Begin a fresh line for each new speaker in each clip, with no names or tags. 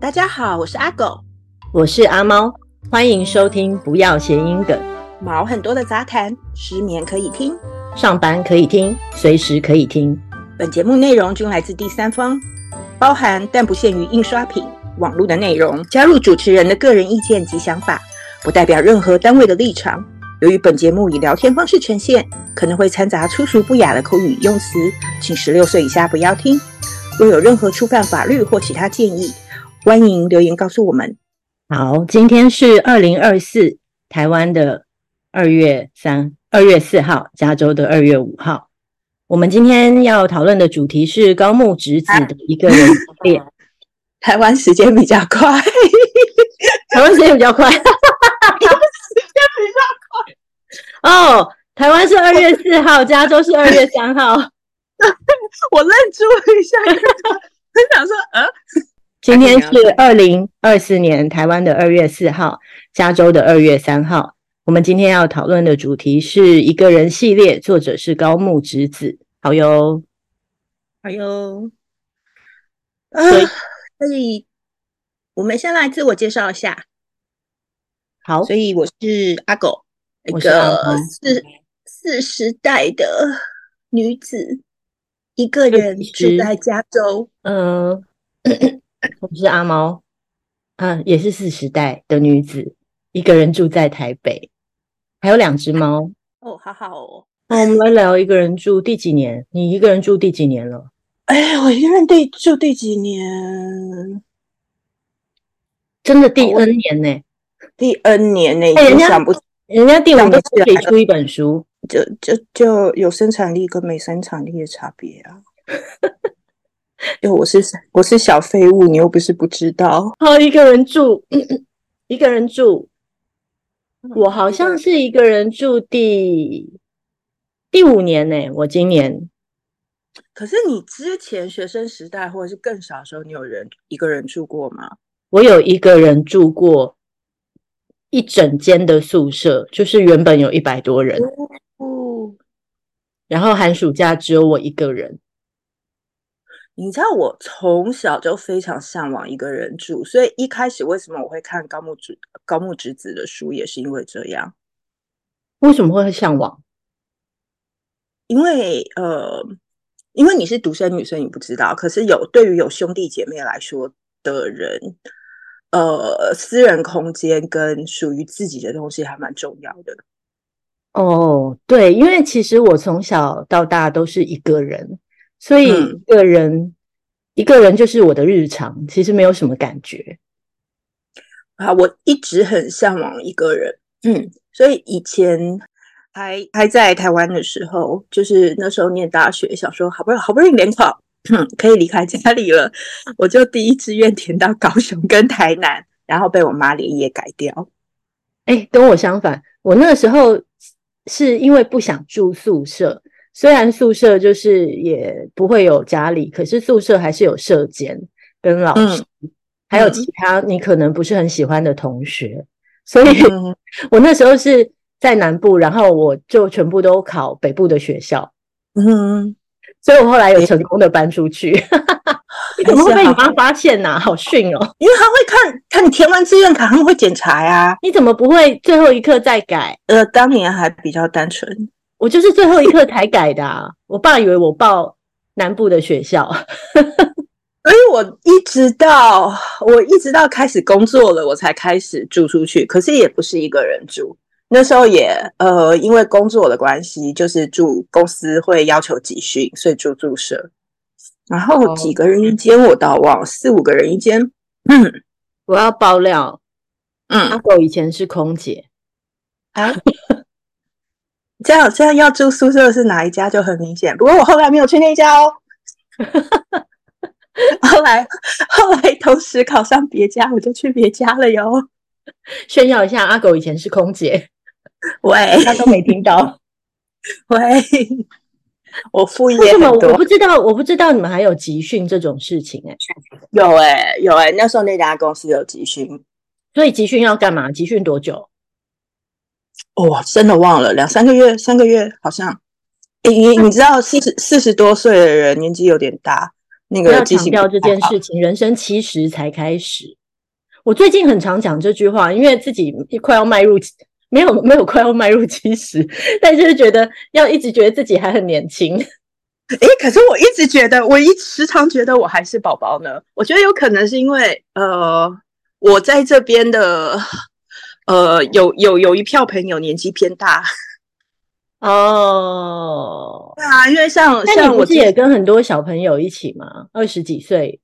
大家好，我是阿狗，
我是阿猫，欢迎收听《不要谐音梗》，
毛很多的杂谈，失眠可以听。
上班可以听，随时可以听。
本节目内容均来自第三方，包含但不限于印刷品、网络的内容，加入主持人的个人意见及想法，不代表任何单位的立场。由于本节目以聊天方式呈现，可能会掺杂粗俗不雅的口语用词，请十六岁以下不要听。若有任何触犯法律或其他建议，欢迎留言告诉我们。
好，今天是二零二四台湾的二月三、二月四号，加州的二月五号。我们今天要讨论的主题是高木直子的一个人系列。
台湾时间比较快，
台湾时间比较快 哦，台湾是二月四号，加州是二月三号。
我愣住了一下， 因为很想说，呃，
今天是二零二四年台湾的二月四号，加州的二月三号。我们今天要讨论的主题是一个人系列，作者是高木直子。好哟，
哎呦，
所以
啊所以我们先来自我介绍一下。
好，
所以我是阿狗，一
我是阿
个
狗
四四十代的女子，一个人住
40
在加州。呃
嗯、 我是阿猫，嗯、也是四十代的女子，一个人住在台北，还有两只猫。
哦，好好哦。
哦，我们来聊一个人住第几年？你一个人住第几年了？
哎，我一个人第住第几年？
真的第
哦我
N 年呢、
第 N 年呢，已
哎人
经
家
想不
人家第五
想不
年
起来
可以
了
出一本书，
就就就有生产力跟没生产力的差别啊。 因为我是我是小废物，你又不是不知道。
然后一个人住，一个人住，
嗯
我好
一个
像
人
是一个人住第第五年呢、我今年
可是你之前学生时代或者是更小的时候，你有人一个人住过吗？
我有一个人住过一整间的宿舍，就是原本有一百多人，
哦，
然后寒暑假只有我一个人。
你知道我从小就非常向往一个人住，所以一开始为什么我会看高木直高木直子的书，也是因为这样。
为什么会向往？
因为呃，因为你是独生女，所以你不知道。可是有对于有兄弟姐妹来说的人，呃，私人空间跟属于自己的东西还蛮重要的。
哦，对，因为其实我从小到大都是一个人，所以
嗯
一个人一个人就是我的日常，其实没有什么感觉。
啊，我一直很向往一个人，嗯，所以以前还还在台湾的时候，就是那时候念大学，想说好不容易好不容易联考，嗯可以离开家里了，我就第一志愿填到高雄跟台南，然后被我妈连夜改掉。
哎，跟我相反，我那个时候是因为不想住宿舍，虽然宿舍就是也不会有家里，可是宿舍还是有舍监跟老
嗯
师，还有
嗯
其他你可能不是很喜欢的同学，所以
嗯
我那时候是在南部，然后我就全部都考北部的学校，
嗯，
所以我后来有成功的搬出去。 你怎么会被你 妈发现呐、好逊哦！
因为他会看看你填完志愿卡，他们会检查呀、
你怎么不会最后一刻再改？
呃，当年还比较单纯，
我就是最后一刻才改的、啊。我爸以为我报南部的学校，
所以我一直到我一直到开始工作了，我才开始住出去，可是也不是一个人住。那时候也呃，因为工作的关系，就是住公司会要求集训，所以住宿舍。然后
哦
几个人一间，我倒忘了，四五个人一间。嗯
我要爆料，阿
嗯，
狗以前是空姐，
哎这样这样要住宿舍是哪一家就很明显。不过我后来没有去那家哦，后来后来同时考上别家，我就去别家了哟。
炫耀一下，阿狗以前是空姐，
喂
他都没听到。
喂，我副
为
业
什么
很
我
多
不知道？我不知道你们还有集训这种事情哎、
有哎、有哎、那时候那家公司有集训，
所以集训要干嘛？集训多久？
哦，真的忘了两三个月，三个月好像。诶你你知道四十四十多岁的人年纪有点大，那
要
个啊记
强
性
调
不
这
太
件
好
事情，人生七十才开始。我最近很常讲这句话，因为自己快要迈入没有 没有快要迈入七十，但就是觉得要一直觉得自己还很 年轻。
诶，可是我一直觉得，我一时常觉得我还是宝宝呢。我觉得有可能是因为，呃，我在这边的，呃，有有有一票朋友年纪偏大。
哦，
对啊，因为像
那你
像
不
我
是
自己
也跟很多小朋友一起吗？二十几岁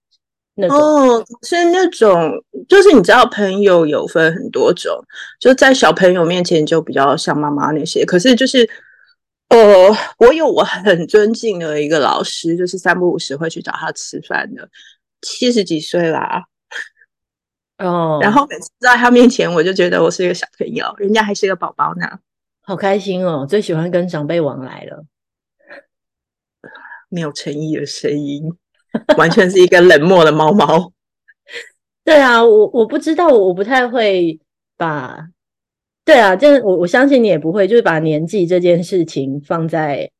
那种，
哦，是那种，就是你知道，朋友有分很多种，就在小朋友面前就比较像妈妈那些。可是就是，呃，我有我很尊敬的一个老师，就是三不五时会去找他吃饭的，七十几岁啦。
哦，
然后每次在他面前，我就觉得我是一个小朋友，人家还是个宝宝呢。
好开心哦，最喜欢跟长辈往来了。
没有诚意的声音，完全是一个冷漠的猫猫。
对啊，我我不知道，我我不太会把，对啊，这我我相信你也不会，就是把年纪这件事情放在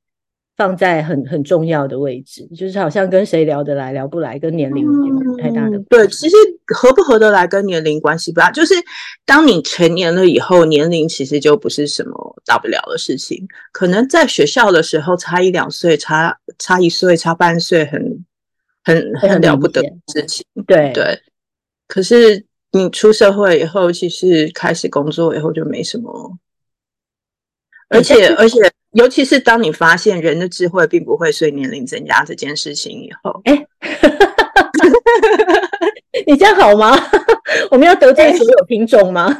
放在很很重要的位置，就是好像跟谁聊得来聊不来，跟年龄也没有太大的
嗯
关
对，其
系
实合不合得来跟年龄关系不大，就是当你成年了以后，年龄其实就不是什么大不了的事情。可能在学校的时候差一两岁，差差一岁、差半岁很，很
会
很
很
了
明
不得的
显
事情。
对
对，可是你出社会以后，其实开始工作以后就没什么，而
对
且
但是
而且，尤其是当你发现人的智慧并不会随年龄增加这件事情以后，
你这样好吗？ 我们要得
哎
罪所有品种吗？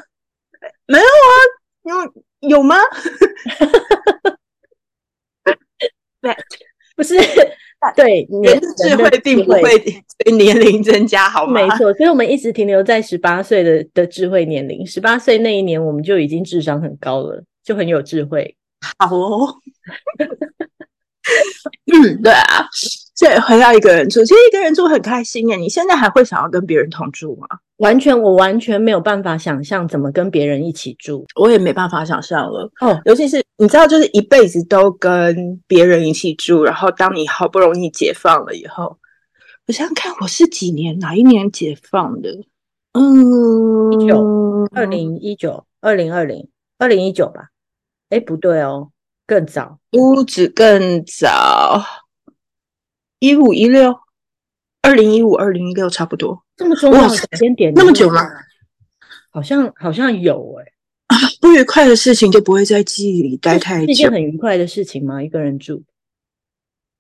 有有吗？对，
不是，对，你
哎人的智慧并不会随年龄增加，好吗
没？错，所以我们一直停留在十八岁的的智慧年龄。十八岁那一年，我们就已经智商很高了，就很有智慧。
好哦， 嗯，对啊。所以回到一个人住，其实一个人住很开心耶。你现在还会想要跟别人同住吗？
完全，我完全没有办法想象怎么跟别人一起住。
我也没办法想象了。
哦，
尤其是你知道，就是一辈子都跟别人一起住，然后当你好不容易解放了以后，我想想看，我是几年哪一年解放的？嗯，
19二零一九、二零二零、二零一九吧？哎，不对哦，更早。
嗯屋子更早，一五一六，二零一五二零一六差不多，
这么重要
哇
的
塞
时间点，
那么久吗？
好像好像有哎、
不愉快的事情就不会在记忆里待
这
太
是
久
一件。很愉快的事情吗？一个人住，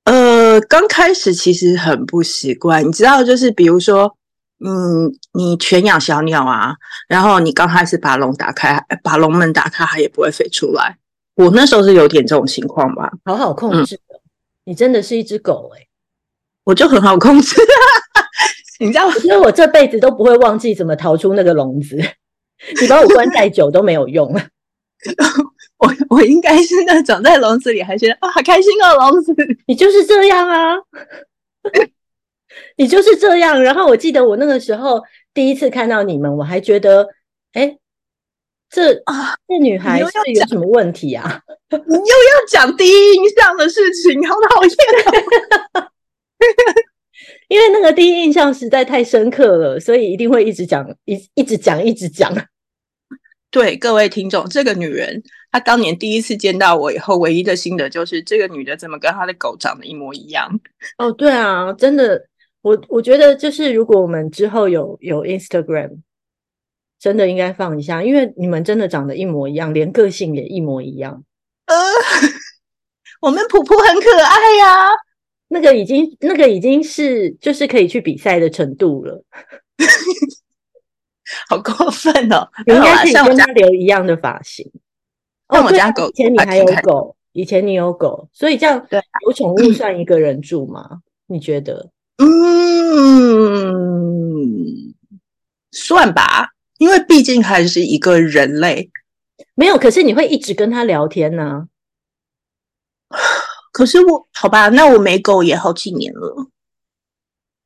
呃，刚开始其实很不习惯，你知道，就是比如说，嗯，你全养小鸟啊，然后你刚开始把笼打开，把笼门打开，它也不会飞出来。我那时候是有点这种情况吧，
好好控
嗯
制的。你真的是一只狗哎、
我就很好控制。 你知道，
因为我这辈子都不会忘记怎么逃出那个笼子。 你把我关再久都没有用，
我我应该是那种在笼子里还觉得啊好开心哦，笼子。
你就是这样啊， 你就是这样。然后我记得我那个时候第一次看到你们，我还觉得，哎，这
啊
这女孩
你又
是
要
不是有什么问题啊？
你又要讲第一印象的事情，好讨厌哦。
因为那个第一印象实在太深刻了，所以一定会一直讲，一一直讲，一直讲。
对各位听众，这个女人，她当年第一次见到我以后，唯一的心得就是这个女的怎么跟她的狗长得一模一样。
哦，对啊，真的，我我觉得就是如果我们之后有有 Instagram，真的应该放一下，因为你们真的长得一模一样，连个性也一模一样。
呃，我们普普很可爱呀、
那个已经那个已经是就是可以去比赛的程度了，
好过分哦！
你应该
没
可以
有啦像我
跟
家
他留一样的发型。哦，
像我
对
家
啊
狗
以前你
还
还有
挺开
狗，以前你有狗，所以这样
对啊
有宠物算一个人住吗？你觉得？
嗯，算吧，因为毕竟还是一个人类。
没有，可是你会一直跟他聊天呢、
可是我好吧，那我没狗也好几年了，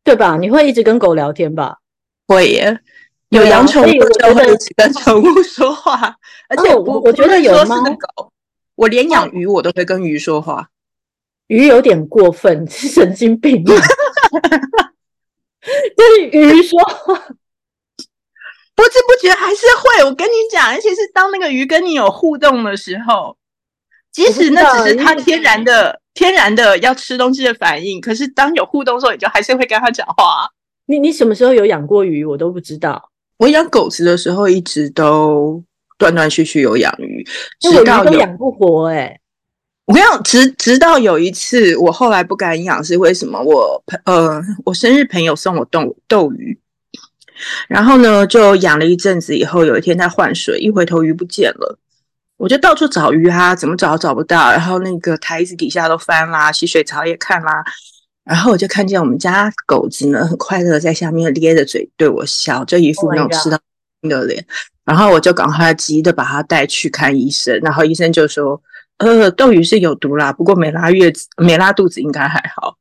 对吧？你会一直跟狗聊天吧？
会耶。
对啊
有养宠
所以
物
我
就
觉
会
得
一直跟宠物说话，而且
哦
不
我觉
不
得
论
有哦
说是
猫
狗，我连养鱼我都会跟鱼说话。
鱼有点过分， 是神经病吗？ 就是鱼说
不知不觉还是会。我跟你讲，而且是当那个鱼跟你有互动的时候，即使那只是它天然的、天然的要吃东西的反应，可是当有互动的时候，你就还是会跟它讲话啊、
你你什么时候有养过鱼，我都不知道。
我养狗子的时候，一直都断断续续有养鱼，
因为
直
我鱼
到
都
有
养不活哎、
我跟你讲，直直到有一次，我后来不敢养，是为什么我？朋呃，我生日朋友送我斗斗鱼，然后呢，就养了一阵子以后，有一天它换水，一回头鱼不见了，我就到处找鱼啊，怎么找都找不到，然后那个台子底下都翻啦，洗水槽也看啦，然后我就看见我们家狗子呢，很快乐地在下面咧着嘴对我笑，就一副
Oh my
那种
God
吃到惊的脸。然后我就赶快急的把它带去看医生，然后医生就说：“呃，斗鱼是有毒啦，不过没拉月子，没拉肚子应该还好。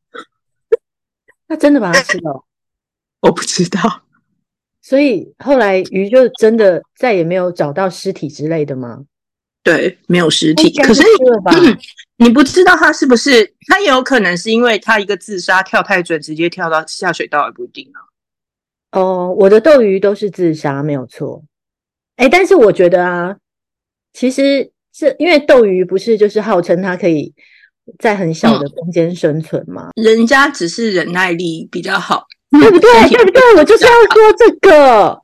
那真的把它吃了，”
我不知道，
所以后来鱼就真的再也没有找到尸体之类的吗？
对，没有尸体
应。该
可是
吃了吧？
嗯你不知道它是不是，它也有可能是因为它一个自杀跳太准，直接跳到下水道也不一定啊。
哦，我的斗鱼都是自杀，没有错。哎，但是我觉得啊，其实这因为斗鱼不是就是号称它可以在很小
嗯
的空间生存吗？
人家只是忍耐力比较好，
对 不
身
对？
体
对不对？我就是要说这个，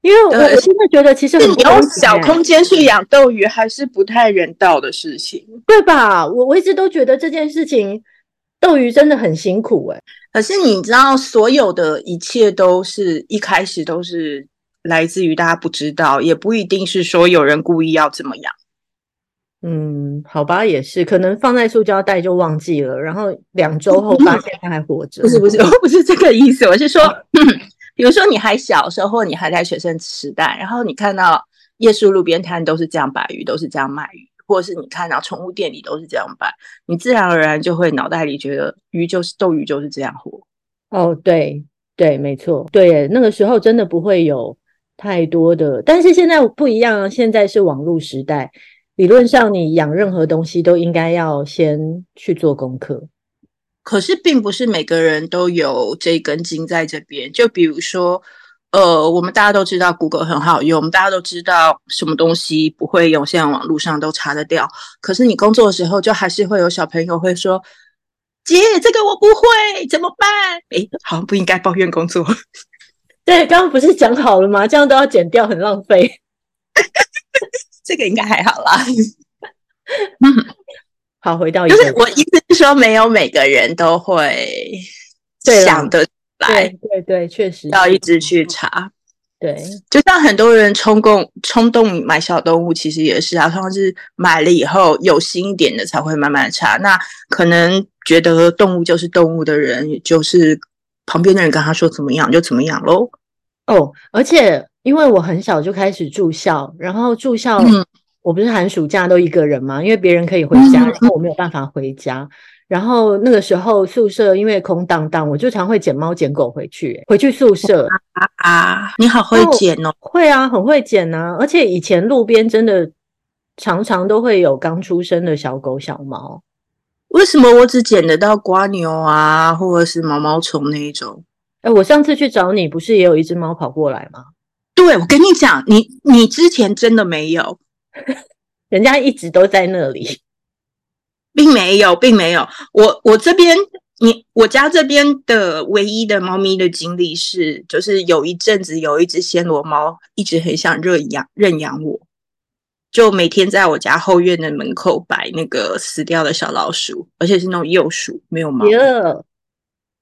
因为我
对
我真的觉得其实
呃是
很
你
不
用
公平
小
哎
空间去养斗鱼，还是不太人道的事情。
对吧？我我一直都觉得这件事情，斗鱼真的很辛苦哎、
可是你知道，所有的一切都是一开始都是来自于大家不知道，也不一定是说有人故意要这么养。
嗯，好吧，也是，可能放在塑胶袋就忘记了，然后两周后发现它还活着。
不是不是， 我不是这个意思，我是说， 比如说你还小时候，或你还在学生时代，然后你看到夜市路边摊都是这样摆鱼，都是这样卖鱼，或者是你看到宠物店里都是这样摆，你自然而然就会脑袋里觉得鱼就是斗鱼就是这样活。
哦，对对，没错，对耶，那个时候真的不会有太多的，但是现在不一样啊，现在是网络时代，理论上你养任何东西都应该要先去做功课。
可是并不是每个人都有这根筋在这边。就比如说，呃，我们大家都知道 Google 很好用，我们大家都知道什么东西不会用，现在网络上都查得掉。可是你工作的时候，就还是会有小朋友会说：“姐，这个我不会，怎么办？”诶，好像不应该抱怨工作。
对，刚刚不是讲好了吗？这样都要剪掉，很浪费。
这个应该还好啦，
好，回到一
就
个
是我意思是说，没有每个人都会
对啦
想得来，
对对对，确实
要
是
一直去查。
对
就像很多人冲动冲动买小动物，其实也是啊，通常是买了以后有心一点的才会慢慢查。那可能觉得动物就是动物的人，也就是旁边的人跟他说怎么样就怎么样喽。
哦，而且因为我很小就开始住校，然后住校、
嗯
我不是寒暑假都一个人嘛，因为别人可以回家，
嗯
然后我没有办法回家。然后那个时候宿舍因为空荡荡，我就常会捡猫捡狗回去、欸回去宿舍
啊，你好会剪哦！
会啊，很会捡啊，而且以前路边真的常常都会有刚出生的小狗小猫。
为什么我只捡得到瓜牛啊，或者是毛毛虫那一种？
哎，我上次去找你，不是也有一只猫跑过来吗？
对，我跟你讲，你你之前真的没有，
人家一直都在那里。
并没有，并没有。我我这边，你我家这边的唯一的猫咪的经历是，就是有一阵子有一只暹罗猫一直很想认养认养我，就每天在我家后院的门口摆那个死掉的小老鼠，而且是那种幼鼠，没有毛。
耶、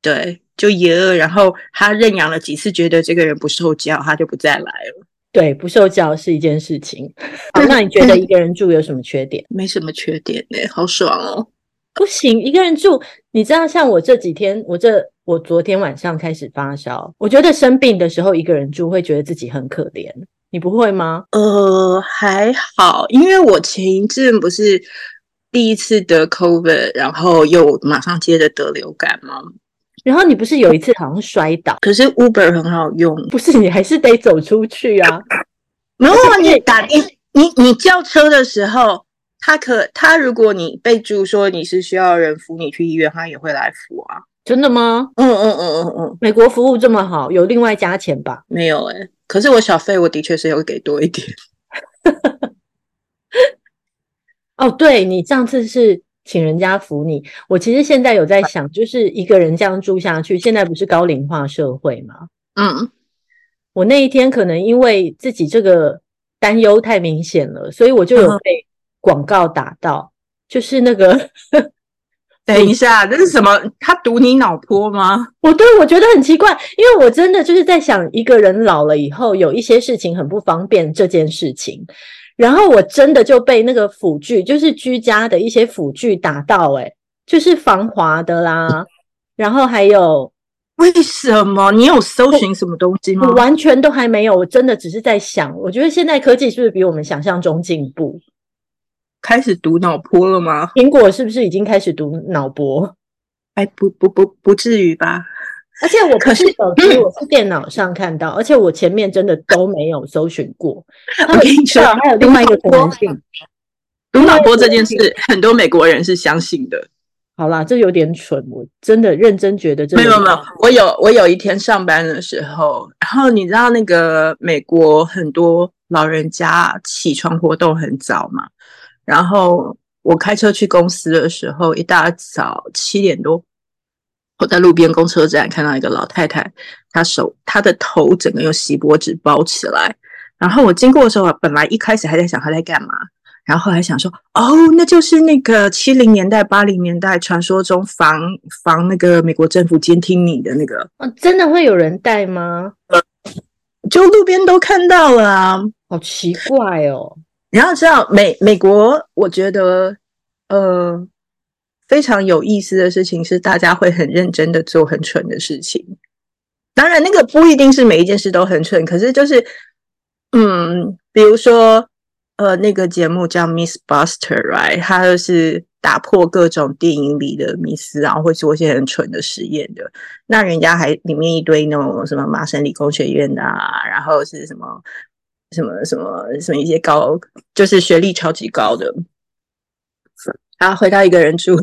对，就耶儿。然后它认养了几次，觉得这个人不受教，它就不再来了，
对，不受教是一件事情。 好，那你觉得一个人住有什么缺点？
没什么缺点呢、好爽哦。
不行，一个人住，你知道，像我这几天，我这我昨天晚上开始发烧，我觉得生病的时候一个人住会觉得自己很可怜，你不会吗？
呃，还好，因为我前一阵不是第一次得 COVID，然后又马上接着得流感嘛。
然后你不是有一次好像摔倒，
可是 Uber 很好用，
不是你还是得走出去啊？
没有啊
而且
你打电你你叫车的时候，他可他如果你备注说你是需要人扶你去医院，他也会来扶啊。
真的吗？
嗯嗯嗯嗯嗯，
美国服务这么好，有另外加钱吧？
没有哎、可是我小费我的确是有给多一点。
哦，对你上次是请人家扶你，我其实现在有在想，就是一个人这样住下去，现在不是高龄化社会吗？
嗯，
我那一天可能因为自己这个担忧太明显了，所以我就有
嗯哼
被广告打到，就是那个
等一下，这是什么？他堵你脑波吗？
我对我觉得很奇怪，因为我真的就是在想，一个人老了以后有一些事情很不方便这件事情，然后我真的就被那个辅具，就是居家的一些辅具打到、欸，就是防滑的啦，然后还有
为什么？你有搜寻什么东西吗
我？完全都还没有，我真的只是在想，我觉得现在科技是不是比我们想象中进步？
开始堵脑波了吗？
苹果是不是已经开始读脑波？
哎，不不不，不至于吧？
而且我不
可
是
是嗯
手机，我是电脑上看到，而且我前面真的都没有搜寻过。
我跟你说，
还有另外一个可能性。
堵脑波这件事，很多美国人是相信的。
好啦，这有点蠢，我真的认真觉得这
没有没有
点
没有，我有我有一天上班的时候，然后你知道那个美国很多老人家起床活动很早嘛，然后我开车去公司的时候，一大早七点多，我在路边公车站看到一个老太太，她手她的头整个用锡箔纸包起来，然后我经过的时候，本来一开始还在想她在干嘛，然后还想说，哦，那就是那个七零年代、八零年代传说中防防那个美国政府监听你的那个，
哦，真的会有人带吗？
就路边都看到了啊。
好奇怪哦，
你要知道，美美国，我觉得，呃，非常有意思的事情是，大家会很认真的做很蠢的事情。当然，那个不一定是每一件事都很蠢，可是就是，嗯，比如说，呃，那个节目叫《Miss Buster》，right？它就是打破各种电影里的迷思，然后会做一些很蠢的实验的。那人家还里面一堆那种什么麻省理工学院的啊，然后是什么什么什么什么一些高，就是学历超级高的。啊，回到一个人住，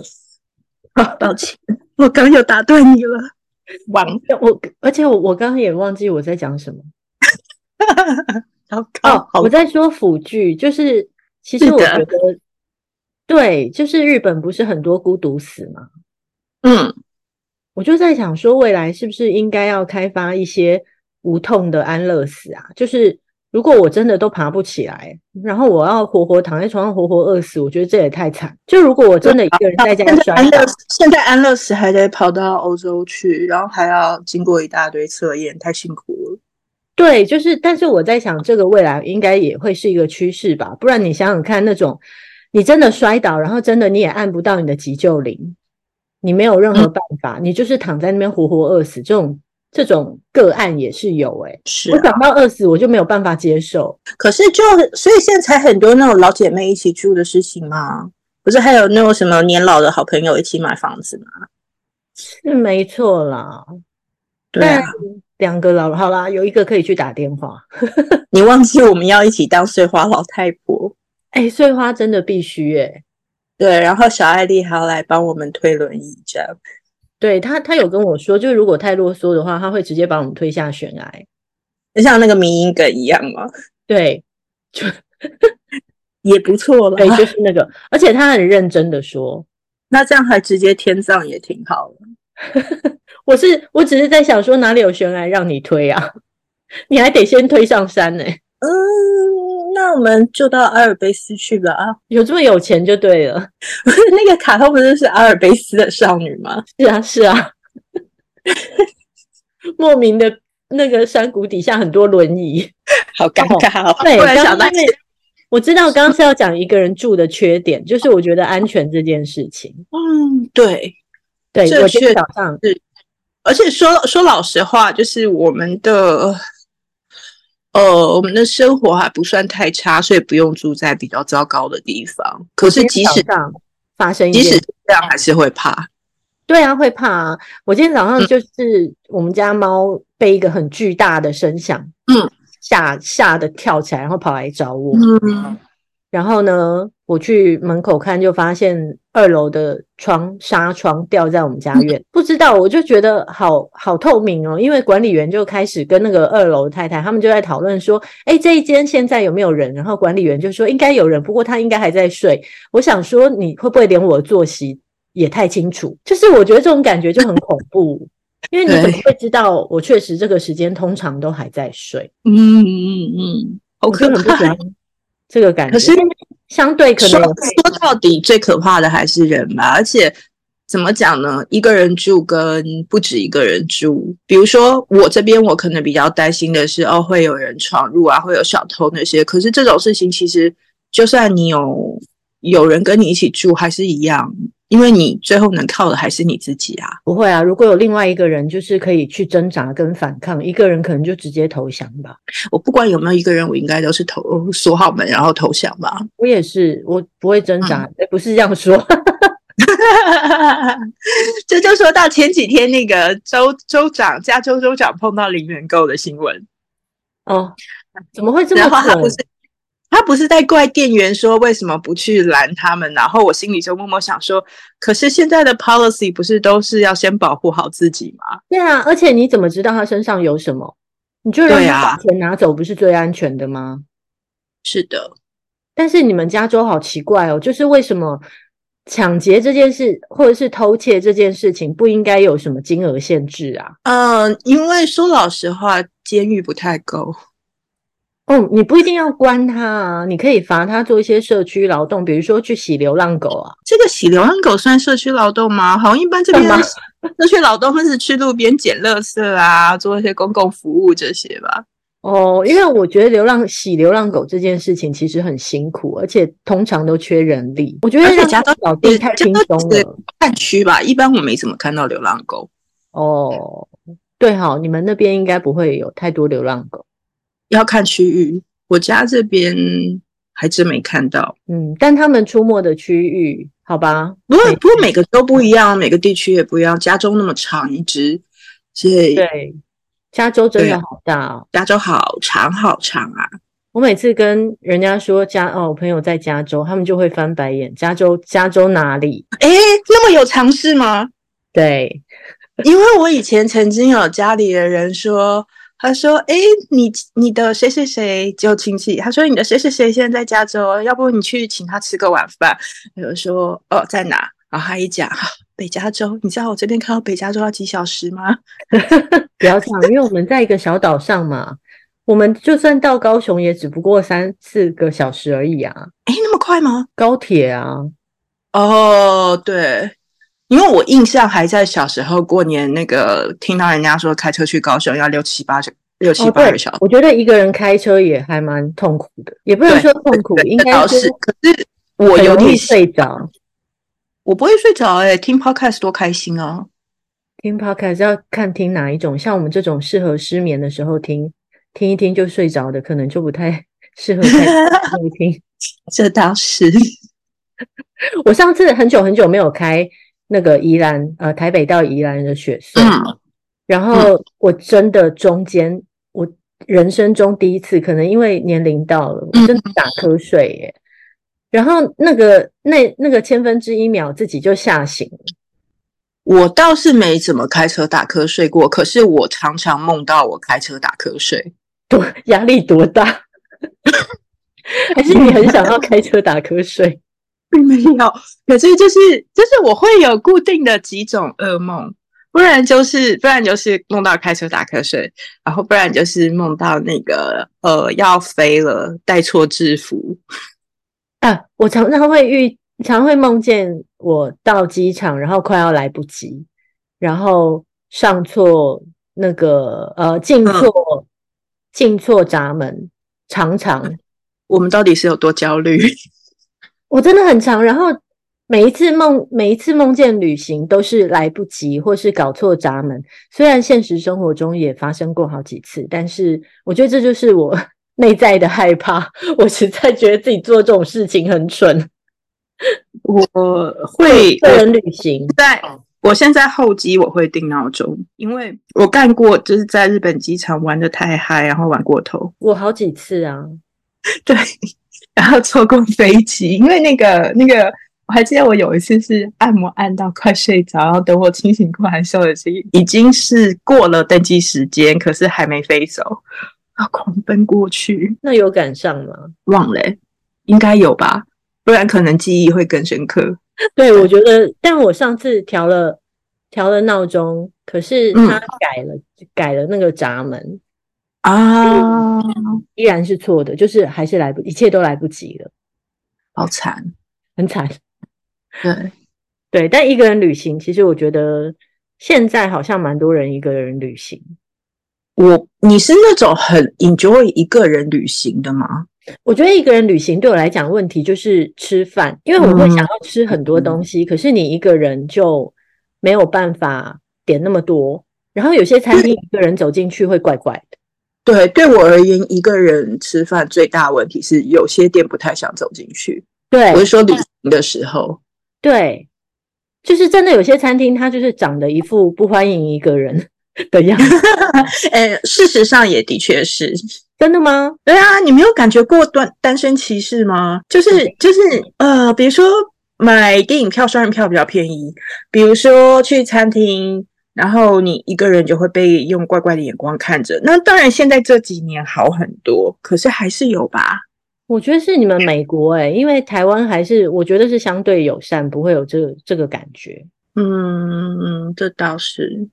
抱歉，我刚有打断你了，王
我而且我我刚刚也忘记我在讲什么
糟
哦
糕，，好
我在说辅具，就是其实
是
我
的
觉得对，就是日本不是很多孤独死吗？
嗯，
我就在想说，未来是不是应该要开发一些无痛的安乐死啊？就是如果我真的都爬不起来，然后我要活活躺在床上活活饿死，我觉得这也太惨。就如果我真的一个人 在家
现在
摔
安
倒
乐，现在安乐死还得跑到欧洲去，然后还要经过一大堆测验，太辛苦了。
对，就是，但是我在想，这个未来应该也会是一个趋势吧？不然你想想看，那种你真的摔倒，然后真的你也按不到你的急救铃，你没有任何办法，你就是躺在那边活活饿死，这种这种个案也是有欸诶、
是啊
我想到饿死，我就没有办法接受。
可是就所以现在才很多那种老姐妹一起住的事情嘛，不是还有那种什么年老的好朋友一起买房子嘛？
是没错啦，
对啊、
但两个老好啦，有一个可以去打电话。
你忘记我们要一起当碎花老太婆？
哎，碎花真的必须哎、
对，然后小艾丽还要来帮我们推轮椅，这样
对他，他有跟我说，就是如果太啰嗦的话，他会直接把我们推下悬崖。
就像那个迷音梗一样嘛，
对，
也不错了。
对，就是那个，而且他很认真的说，
那这样还直接天葬也挺好的。
我是我只是在想说哪里有悬崖让你推啊， 你还得先推上山呢、
嗯，那我们就到阿尔卑斯去吧啊！
有这么有钱就对了。
不是 那个卡通不是是阿尔卑斯的少女吗？
是啊，是 啊，莫名的那个山谷底下很多轮椅。
好尴尬哦！
对，
突然
刚
想到
因为我知道刚刚是要讲一个人住的缺点，就是我觉得安全这件事情。
嗯，对，
对
这
我今天
确
早上
而且说说老实话，就是我们的呃，我们的生活还不算太差，所以不用住在比较糟糕的地方。可是即
今天
使
早上发生一
即
件
使这样，还是会怕。
对啊，会怕啊。我今天早
嗯
上就是我们家猫被一个很巨大的声响，
嗯，
吓吓得跳起来，然后跑来找我。
嗯，
然后呢，我去门口看，就发现二楼的窗纱窗掉在我们家院，不知道我就觉得好好透明哦。因为管理员就开始跟那个二楼太太他们就在讨论说，哎，这一间现在有没有人？然后管理员就说应该有人，不过他应该还在睡。我想说，你会不会连我的作息也太清楚？就是我觉得这种感觉就很恐怖，因为你怎么会知道我确实这个时间通常都还在睡？
嗯嗯嗯，好
我就
可
很不喜
怕
欢。这个感觉。
可是
相对可
说
能
说到底，最可怕的还是人吧。而且怎么讲呢？一个人住跟不止一个人住，比如说我这边，我可能比较担心的是，哦，会有人闯入啊，会有小偷那些。可是这种事情，其实就算你有有人跟你一起住，还是一样，因为你最后能靠的还是你自己啊。
不会啊。如果有另外一个人，就是可以去挣扎跟反抗，一个人可能就直接投降吧。
我不管有没有一个人，我应该都是投呃锁好门，然后投降吧。
我也是，我不会挣扎，
嗯
诶不是这样说。
这就说到前几天那个州州长，加州州长碰到零元购的新闻，
哦，怎么会这
然后
么
他
蠢
不？是他不是在怪店员说为什么不去拦他们，然后我心里就默默想说，可是现在的 policy 不是都是要先保护好自己吗？
对啊，而且你怎么知道他身上有什么？你就让
对
他
啊
把钱拿走，不是最安全的吗？
是的，
但是你们加州好奇怪哦，就是为什么抢劫这件事或者是偷窃这件事情不应该有什么金额限制啊？
嗯、因为说老实话，监狱不太够。
哦，你不一定要关他啊，你可以罚他做一些社区劳动，比如说去洗流浪狗啊。
这个洗流浪狗算社区劳动吗？好像一般这边
干嘛
社区劳动是去路边捡垃圾啊，做一些公共服务这些吧。
哦，因为我觉得流浪洗流浪狗这件事情其实很辛苦，而且通常都缺人力。我觉得
而且
让
加州
扫地
是
太
加
轻
州
松
是
了。
看区吧，一般我没怎么看到流浪狗。
哦，对好，你们那边应该不会有太多流浪狗。
要看区域。我家这边还真没看到。
嗯，但他们出没的区域，好吧，
不过
没
不过每个州不一样，每个地区也不一样。加州那么长一只，所以
对，加州真
对
的
啊
好大哦。
加州好长好长啊。
我每次跟人家说加哦，我朋友在加州，他们就会翻白眼。加州，加州哪里？
诶，那么有尝试吗？
对，
因为我以前曾经有家里的人说，他说：“诶，你你的谁谁谁就亲戚，他说你的谁谁谁现在在加州，要不你去请他吃个晚饭。”我就说：“哦，在哪？”然后他一讲啊北加州，你知道我这边看到北加州要几小时吗？
不要这样，因为我们在一个小岛上嘛，我们就算到高雄也只不过三四个小时而已啊，
诶，那么快吗？
高铁啊，
哦，对，因为我印象还在小时候过年那个，听到人家说开车去高雄要六七八小六七
哦
八
对
个小时，，
我觉得一个人开车也还蛮痛苦的，也不能
对
说痛苦，
对
哦应
这
该
倒
说
是。可是我
很
有
容易
点
睡着。
我不会睡着哎、听 podcast 多开心啊！
听 podcast 要看听哪一种，像我们这种适合失眠的时候听，听一听就睡着的，可能就不太 适合在那里 听。
这倒是，
我上次很久很久没有开那个宜兰，呃，台北到宜兰的雪隧，
嗯
然后我真的中间，我人生中第一次，可能因为年龄到了，我真的打瞌睡耶。然后那个那那个千分之一秒，自己就吓醒了。
我倒是没怎么开车打瞌睡过，可是我常常梦到我开车打瞌睡。
多压力多大？ 还是你很想要开车打瞌睡？
并没有，可是就是就是我会有固定的几种噩梦，不然就是不然就是梦到开车打瞌睡，然后不然就是梦到那个呃要飞了带错制服，
啊，我常常会遇，常会梦见我到机场，然后快要来不及，然后上错那个呃进
嗯
错进错闸门，常常
我们到底是有多焦虑？
我真的很常，然后每一次梦每一次梦见旅行都是来不及，或是搞错闸门。虽然现实生活中也发生过好几次，但是我觉得这就是我 内在的害怕。我实在觉得自己做这种事情很蠢，
我会
个人旅行。
在我现在候机我会定闹钟，因为我干过就是在日本机场玩的太嗨，然后玩过头。
我好几次啊，
对，然后错过飞机，因为那个那个，我还记得我有一次是按摩按到快睡着，然后等我清醒过来时候，已经已经是过了登机时间，可是还没飞走，啊，狂奔过去，
那有赶上 吗？
忘了欸、应该有吧，不然可能记忆会更深刻。
对，我觉得，但我上次调了调了闹钟，可是
嗯
它改了、改了那个闸门，
啊，
依然是错的，就是还是来不，一切都来不及了，
好惨，
很惨。
对，
对，但一个人旅行，其实我觉得现在好像蛮多人一个人旅行。
我你是那种很 enjoy 一个人旅行的吗？
我觉得一个人旅行对我来讲问题就是吃饭，因为我会想要吃很多东西，可是你一个人就没有办法点那么多。然后有些餐厅一个人走进去会怪怪的，
对，对我而言，一个人吃饭最大问题是有些店不太想走进去。我是
对
说旅行的时候，
对，就是真的有些餐厅它就是长得一副不欢迎一个人的样子，
呃，事实上也的确是。
真的吗？
对啊，你没有感觉过单单身歧视吗？就是就是呃，比如说买电影票、双人票比较便宜，比如说去餐厅，然后你一个人就会被用怪怪的眼光看着。那当然，现在这几年好很多，可是还是有吧。
我觉得是你们美国诶、因为台湾还是我觉得是相对友善，不会有这个这个感觉。
嗯，这倒是。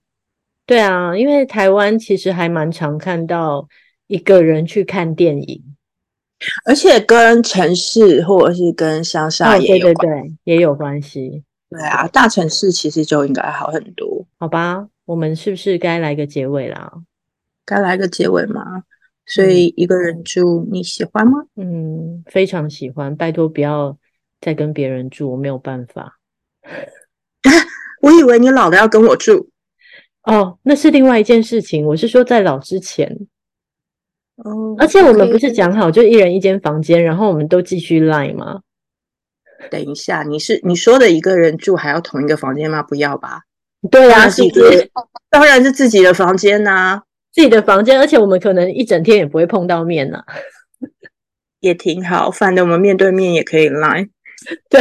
对啊，因为台湾其实还蛮常看到一个人去看电影，
而且跟城市或者是跟乡下
哦，
也
对
有
对
关。
对，也有关系，
对啊，大城市其实就应该好很多。
好吧？我们是不是该来个结尾啦？
该来个结尾吗？所以一个人住你喜欢吗？
嗯，非常喜欢，拜托不要再跟别人住，我没有办法。
我以为你老了要跟我住。
哦，那是另外一件事情，我是说在老之前，
哦
而且我们不是讲好就一人一间房间，然后我们都继续赖吗？
等一下，你是你说的一个人住还要同一个房间吗？不要吧，
对啊，
自己
就是
的当然是自己的房间啊呐、
自己的房间，而且我们可能一整天也不会碰到面啊呢、
也挺好。反正我们面对面也可以来。
对，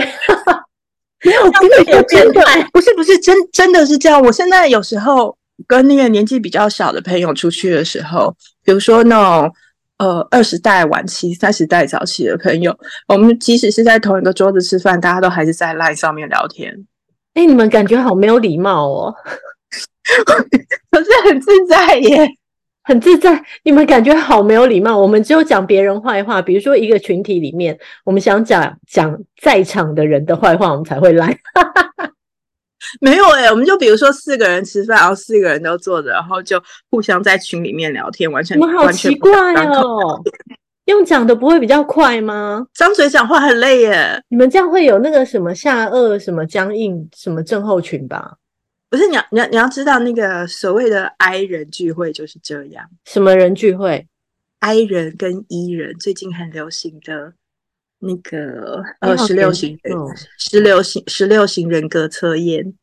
没有，
这样子也变态
不是不是真真的是这样。我现在有时候跟那个年纪比较小的朋友出去的时候，比如说那种呃二十代晚期、三十代早期的朋友，我们即使是在同一个桌子吃饭，大家都还是在 LINE 上面聊天，
哎、你们感觉好没有礼貌哦，
可是很自在耶。
很自在。你们感觉好没有礼貌。我们只有讲别人坏话，比如说一个群体里面，我们想讲讲在场的人的坏话，我们才会来。
没有哎、我们就比如说四个人吃饭，然后四个人都坐着，然后就互相在群里面聊天，完全
你们好
完全
奇
不敢
怪
张口
哦， 用讲的不会比较快吗？
张嘴讲话很累耶。
你们这样会有那个什么下颚、什么僵硬、什么症候群吧？
不是你要你要你要知道，那个所谓的 I 人聚会就是这样
什么人聚会？
，I 人跟 E 人最近很流行的那个呃
好嗯哦
十六
严
型人
重
十六型十六型人格测验，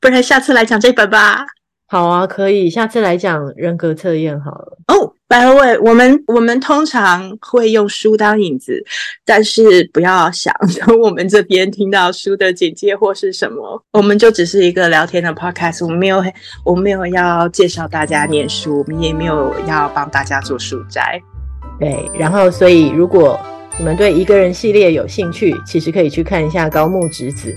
不然下次来讲这本吧。
好啊，可以，下次来讲人格测验好了。
哦，by the way，我们我们通常会用书当引子，但是不要想从我们这边听到书的简介或是什么，我们就只是一个聊天的 podcast，我们没有我们没有要介绍大家念书，我们也没有要帮大家做书斋。
对，然后所以如果你们对一个人系列有兴趣，其实可以去看一下高木直子，